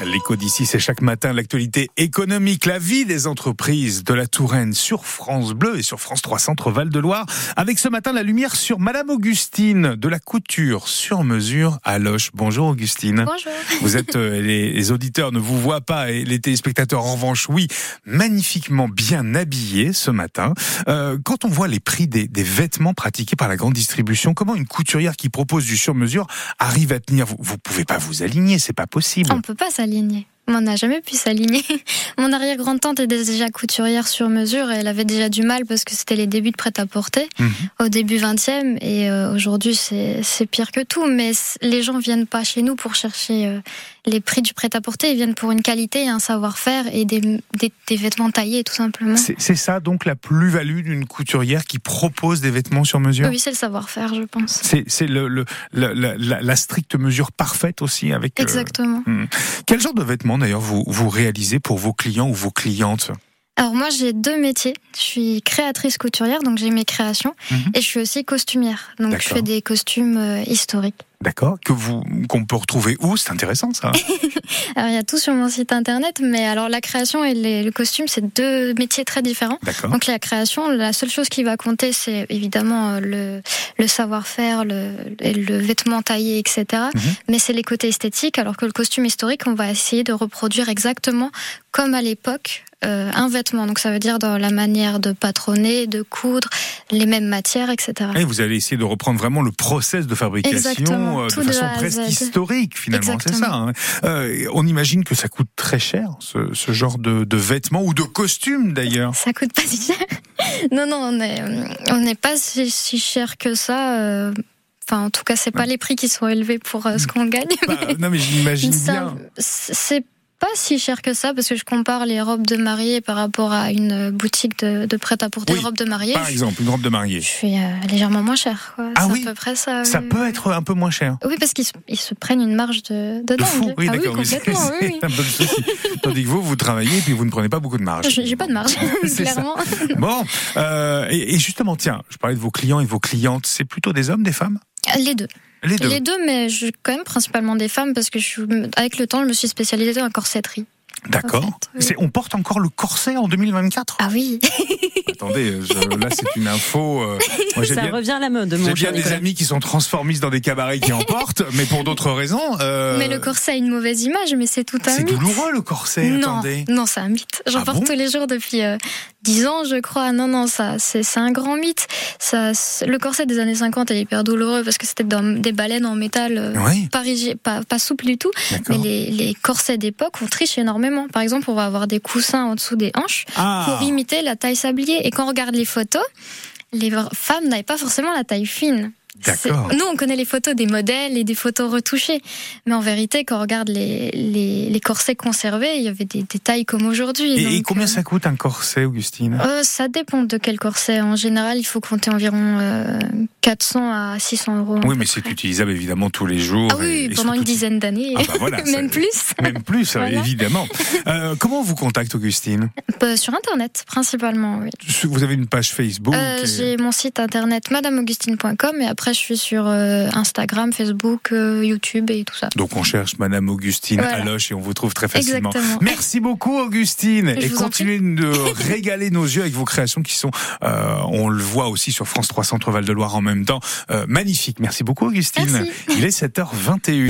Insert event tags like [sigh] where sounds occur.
Eric Odissi, c'est chaque matin l'actualité économique, la vie des entreprises de la Touraine sur France Bleu et sur France 3 Centre Val de Loire. Avec ce matin la lumière sur Madame Augustine de la couture sur mesure à Loche. Bonjour Augustine. Bonjour. Vous êtes euh, les, les auditeurs ne vous voient pas et les téléspectateurs en revanche oui, magnifiquement bien habillés ce matin. Euh, quand on voit les prix des, des vêtements pratiqués par la grande distribution, comment une couturière qui propose du sur mesure arrive à tenir vous, vous pouvez pas vous aligner, c'est pas possible. On peut pas s'aligner. On n'a jamais pu s'aligner. [laughs] Mon arrière-grand-tante était déjà couturière sur mesure et elle avait déjà du mal parce que c'était les débuts de prêt-à-porter Mhm. au début 20e et euh, aujourd'hui c'est c'est pire que tout. Mais c- les gens viennent pas chez nous pour chercher euh, les prix du prêt-à-porter, ils viennent pour une qualité et un savoir-faire et des, des, des vêtements taillés tout simplement. C'est c'est ça donc la plus-value d'une couturière qui propose des vêtements sur mesure Oui, c'est le savoir-faire, je pense. C'est c'est le, le- la, la- la- la stricte mesure parfaite aussi avec... euh, Exactement. Quel genre de vêtements d'ailleurs vous, vous réalisez pour vos clients ou vos clientes Alors moi j'ai deux métiers. Je suis créatrice couturière, donc j'ai mes créations, Mhm. et je suis aussi costumière, donc je D'accord. fais des costumes euh, historiques. D'accord que vous Qu'on peut retrouver où C'est intéressant ça. hein. [laughs] Alors il y a tout sur mon site internet, mais alors la création et les- le costume c'est deux métiers très différents. D'accord. Donc la création, la seule chose qui va compter c'est évidemment euh, le, le savoir-faire, le, et le vêtement taillé, etc. Mais c'est les côtés esthétiques, alors que le costume historique on va essayer de reproduire exactement comme à l'époque euh, un vêtement. Donc ça veut dire dans la manière de patronner, de coudre, les mêmes matières, etc. Et vous allez essayer de reprendre vraiment le process de fabrication Exactement, euh, de tout de façon A à presque Z. historique finalement, c'est ça. Exactement. hein. Euh, on imagine que ça coûte très cher ce, ce genre de, de vêtements ou de costumes [laughs] d'ailleurs. Ça coûte pas si cher. Non, non, on est- on n'est pas si, si cher que ça. euh, Enfin, en tout cas, c'est pas les prix qui sont élevés pour euh, ce qu'on gagne. Bah, non mais j'imagine Ça- bien. C'est pas si cher que ça parce que je compare les robes de mariée par rapport à une boutique de, de prêt-à-porter Oui, de robes de mariée. Par exemple, une robe de mariée. Je suis euh, légèrement moins chère. quoi. Ah c'est oui, à peu près ça. Ça oui. peut être un peu moins cher. Oui, parce qu'ils se- ils se prennent une marge de, de De dingue. fou, oui, ah oui, d'accord. mais c'est- complètement. [laughs] c'est Oui, un peu le souci. Tandis que vous, vous travaillez et puis vous ne prenez pas beaucoup de marge. oui. J'ai j'ai pas de marge, C'est ça. clairement. [laughs] Bon, euh, et, et justement, tiens, je parlais de vos clients et vos clientes. C'est plutôt des hommes, des femmes Les deux. Les deux. Les deux, mais je quand même principalement des femmes parce que je, suis- avec le temps, je me suis spécialisée dans la corsetterie. D'accord. en fait, oui. C'est- On porte encore le corset en 2024 Ah oui, Attendez, je- là, c'est une info. [laughs] euh, moi, j'ai Ça bien. revient à la mode, j'ai mon bien cher des Nicolas. amis qui sont transformistes dans des cabarets qui en portent, mais pour d'autres raisons. euh, [laughs] mais le corset a une mauvaise image, mais c'est tout un C'est mythe. douloureux le corset, Non, attendez. non, c'est un mythe. J'en Ah porte bon tous les jours depuis euh, 10 ans, je crois. Non, non, ça, c'est c'est un grand mythe. Ça, c'est- le corset des années 50 est hyper douloureux parce que c'était dans des baleines en métal. euh, Oui, Pas, rigide- pas, pas souple du tout, mais d'accord. les, les corsets d'époque, on triche énormément. Par exemple, on va avoir des coussins en dessous des hanches Ah, pour imiter la taille sablier. Et quand on regarde les photos, les vra- femmes n'avaient pas forcément la taille fine. C'est- d'accord. Nous, on connaît les photos des modèles et des photos retouchées. Mais en vérité, quand on regarde les, les, les corsets conservés, il y avait des, des tailles comme aujourd'hui. Et, et Donc, combien euh, ça coûte un corset, Augustine euh, Ça dépend de quel corset. En général, il faut compter environ euh, 400 à 600 euros. Oui, mais c'est utilisable évidemment tous les jours. Ah et- oui, et pendant surtout- une dizaine d'années. Ah bah [laughs] voilà, ça- euh, Même plus Même plus, Voilà. [laughs] évidemment. Euh, comment on vous contacte, Augustine Euh, Sur Internet, principalement, oui. Vous avez une page Facebook Euh, et- J'ai mon site internet madameaugustine.com et après je suis sur euh, Instagram, Facebook, euh, YouTube et tout ça. Donc on cherche Madame Augustine Voilà. Aloche et on vous trouve très facilement. Exactement. Merci beaucoup Augustine Je et vous en continuez [laughs] de régaler nos yeux avec vos créations qui sont, euh, on le voit aussi sur France 3 Centre Val de Loire en même temps, euh, magnifiques. Merci beaucoup Augustine. Merci. Il est 7h21.